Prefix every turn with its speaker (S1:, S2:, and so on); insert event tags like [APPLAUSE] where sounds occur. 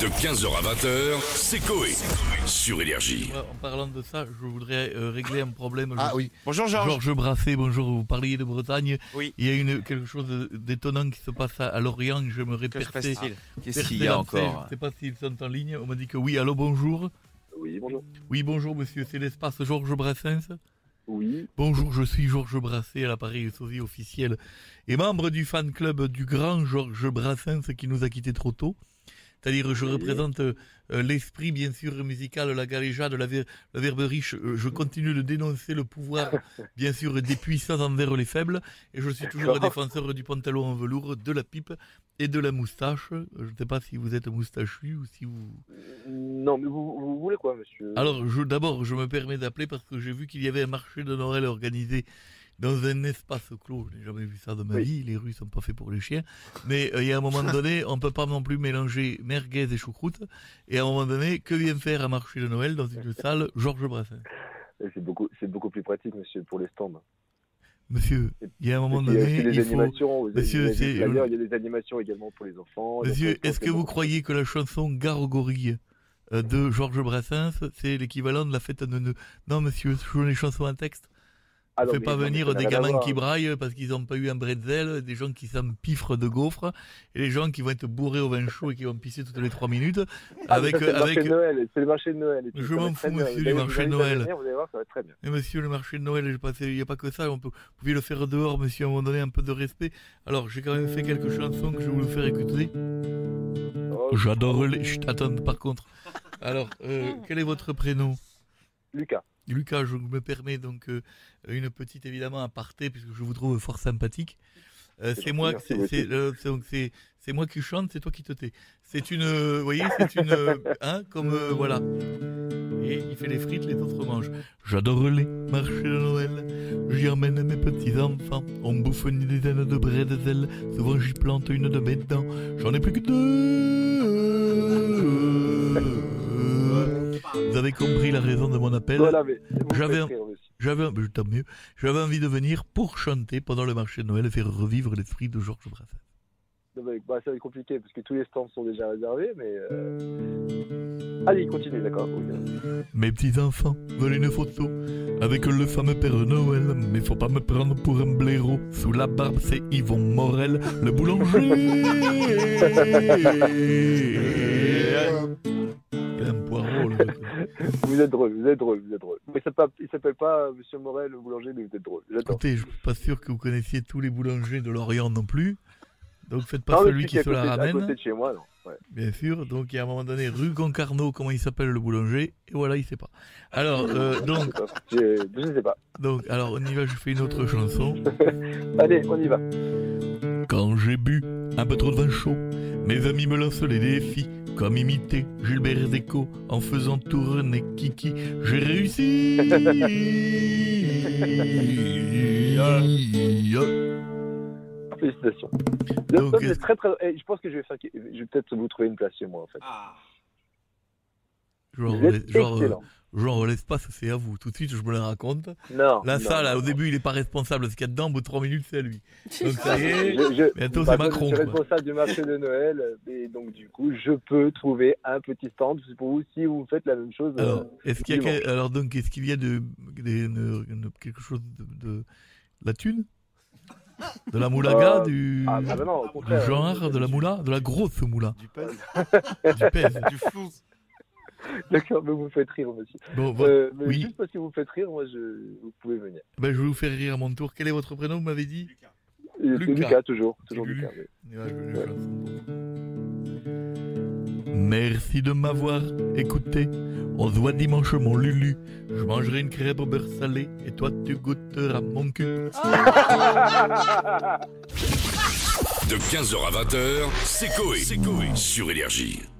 S1: De 15h à 20h, c'est Coé. Sur Énergie.
S2: En parlant de ça, je voudrais euh, régler un problème.
S3: Ah
S2: Je-
S3: oui.
S4: Bonjour Georges.
S2: Georges Brassé, bonjour, vous parliez de Bretagne.
S4: Oui.
S2: Il y a une, quelque chose d'étonnant qui se passe à, à Lorient, je me
S4: Que se
S2: répertais.
S4: passe-t-il
S2: Je
S4: Qu'est-ce qu'il y a
S2: ne
S4: encore
S2: sais pas s'ils sont en ligne. On m'a dit que oui, allô, bonjour.
S5: Oui, bonjour.
S2: Oui, bonjour monsieur, c'est l'espace Georges Brassens.
S5: Oui,
S2: Bonjour, je suis Georges Brassé à l'appareil sosie officiel et membre du fan club du grand Georges Brassens qui nous a quittés trop tôt. C'est-à-dire, je
S5: Oui.
S2: représente euh, euh, l'esprit, bien sûr, musical, la galéjade, la, ver- la verbe riche. Euh, Je continue de dénoncer le pouvoir, bien sûr, des puissants envers les faibles. Et je suis toujours
S5: D'accord.
S2: défenseur du pantalon en velours, de la pipe et de la moustache. Euh, Je ne sais pas si vous êtes moustachu ou si vous...
S5: non, mais vous, vous voulez quoi, monsieur
S2: Alors, je, d'abord, je me permets d'appeler parce que j'ai vu qu'il y avait un marché de Noël organisé dans un espace clos. Je n'ai jamais vu ça de ma
S5: Oui.
S2: vie. Les rues sont pas faites pour les chiens. Mais euh, il y a un
S5: [LAUGHS]
S2: moment donné, on peut pas non plus mélanger merguez et choucroute. Et à un moment donné, que vient faire un marché de Noël dans
S5: [LAUGHS]
S2: une salle Georges Brassens
S5: Eh, C'est beaucoup, c'est beaucoup plus pratique, monsieur, pour les stands.
S2: Monsieur, il y a un moment
S5: Et puis,
S2: donné,
S5: Eh c'est des
S2: il faut...
S5: animations. vous avez-
S2: Monsieur,
S5: vous avez
S2: c'est-
S5: vu tout à l'heure, il y a des animations également pour les enfants.
S2: Monsieur,
S5: Donc, je pense
S2: est-ce que vous croyez que la chanson Gare aux gorilles euh, de Georges Brassens, c'est l'équivalent de la fête à neuneu Non, monsieur, ce sont les chansons à texte.
S5: Ah,
S2: ne
S5: non,
S2: fait
S5: mais-
S2: pas
S5: non, mais
S2: venir
S5: ça n'a
S2: des
S5: rien à
S2: gamins
S5: voir.
S2: qui braillent parce qu'ils n'ont pas eu un bretzel, des gens qui s'empiffrent de gaufres, et les gens qui vont être bourrés au vin chaud et qui vont pisser toutes les trois minutes.
S5: Ah,
S2: avec,
S5: mais
S2: euh,
S5: ça, c'est le marché
S2: avec,
S5: de Noël. C'est le marché de Noël. et
S2: Je
S5: tout, ça va
S2: m'en
S5: être très
S2: fous,
S5: bien.
S2: monsieur,
S5: Vous
S2: du
S5: allez-
S2: marché
S5: vous allez
S2: de Noël.
S5: venir, Vous allez voir, ça va être très bien.
S2: Mais monsieur, le marché de Noël, j'ai passé, il n'y a pas que ça, on peut, vous pouviez le faire dehors, monsieur, à un moment donné, un peu de respect. Alors, j'ai quand même fait quelques chansons que je vais vous faire écouter.
S5: Oh,
S2: J'adore les... Chut, attends, par contre. Alors, euh, quel est votre prénom
S5: Lucas.
S2: Lucas, je me permets donc euh, une petite évidemment aparté puisque je vous trouve fort sympathique. Euh, c'est
S5: gentil,
S2: moi,
S5: merci,
S2: c'est-
S5: vous aussi.
S2: c'est euh, c'est- donc c'est c'est moi qui chante, c'est toi qui te tais. C'est une, euh, vous voyez, c'est une, euh, hein, comme euh, voilà. Et il fait les frites, les autres mangent. J'adore les marchés de Noël. J'y emmène mes petits enfants. On bouffe une dizaine de bretzels. Souvent j'y plante une de mes dents. J'en ai plus que deux. Vous avez compris la raison de mon appel.
S5: Voilà, mais c'est bon,
S2: J'avais un-
S5: vous pouvez écrire, monsieur.
S2: J'avais, mais tant mieux, j'avais envie de venir pour chanter pendant le marché de Noël et faire revivre l'esprit de Georges Brassens.
S5: Non, mais, bah, ça va être compliqué parce que tous les stands sont déjà réservés, mais. euh, Allez, continue, d'accord. ok.
S2: Mes petits enfants veulent une photo avec le fameux Père Noël. Mais faut pas me prendre pour un blaireau. Sous la barbe, c'est Yvon Morel, le
S5: [LAUGHS]
S2: boulanger. Il a un poireau, le mec.
S5: Vous êtes drôle, vous êtes drôle, vous êtes drôle. Mais ça s'appelle- il s'appelle pas euh, Monsieur Morel, le boulanger, mais vous êtes drôle. J'adore.
S2: Écoutez, je suis pas sûr que vous connaissiez tous les boulangers de Lorient non plus. Donc faites pas
S5: Non, mais
S2: celui
S5: celui
S2: qui se
S5: est à
S2: la
S5: côté-
S2: ramène. hein.
S5: À côté de chez moi, non. Ouais.
S2: Bien sûr, donc il y a un moment donné, rue Concarneau, comment il s'appelle le boulanger, et voilà, il sait pas. Alors, euh, donc,
S5: D'accord. Je, je sais pas.
S2: donc, alors, on y va, je fais une autre chanson.
S5: Allez, on y va.
S2: Quand j'ai bu un peu trop de vin chaud, mes amis me lancent les défis, comme imiter Gilbert Deco en faisant tourner Kiki. J'ai réussi
S5: Félicitations.
S2: Donc, euh,
S5: Non, mais
S2: est-ce-
S5: très, très... eh, je pense que je vais faire. Je vais peut-être vous trouver une place chez moi, en fait.
S2: Genre,
S5: vous êtes
S2: les- genre,
S5: excellent.
S2: euh, genre, l'espace, c'est à vous. Tout de suite, je me la raconte.
S5: Non.
S2: euh, La
S5: non,
S2: salle,
S5: non,
S2: au
S5: non.
S2: début, il est pas responsable de ce qu'il y a dedans, au bout de 3 minutes, c'est à
S5: [LAUGHS]
S2: lui. Donc, ça y
S5: Je,
S2: est.
S5: je,
S2: Bientôt,
S5: par
S2: c'est
S5: contre,
S2: Macron,
S5: je suis
S2: quoi.
S5: responsable du marché de Noël, euh, et donc du coup, je peux trouver un petit stand pour vous si vous faites la même chose. euh,
S2: Alors, est-ce qu'il y a
S5: Absolument.
S2: quel- alors donc est-ce qu'il y a de, des- une- une- quelque chose de, de- la thune, de la moulaga,
S5: Euh,
S2: du,
S5: Ah, ah, bah non, au
S2: du
S5: contraire.
S2: genre, de la moula, de la grosse moula,
S4: Du pèse
S2: du
S5: [LAUGHS]
S2: pèse.
S4: Du flou
S5: [LAUGHS] D'accord, mais vous me faites rire, monsieur.
S2: Bon, vo-
S5: Euh, mais
S2: oui.
S5: Juste parce que vous me faites rire, moi, je... vous pouvez venir.
S2: ben, je vais vous faire rire à mon tour. Quel est votre prénom Vous m'avez dit.
S5: Et c'est
S2: Lucas.
S5: Lucas, toujours. Toujours
S2: Lulu.
S5: Lucas. oui.
S2: Et là, je vais le faire sans doute. Merci de m'avoir écouté. On se voit dimanche, mon Lulu. Je mangerai une crêpe au beurre salé et toi tu goûteras mon cul.
S1: De 15h à 20h, c'est Coé. Sur Énergie.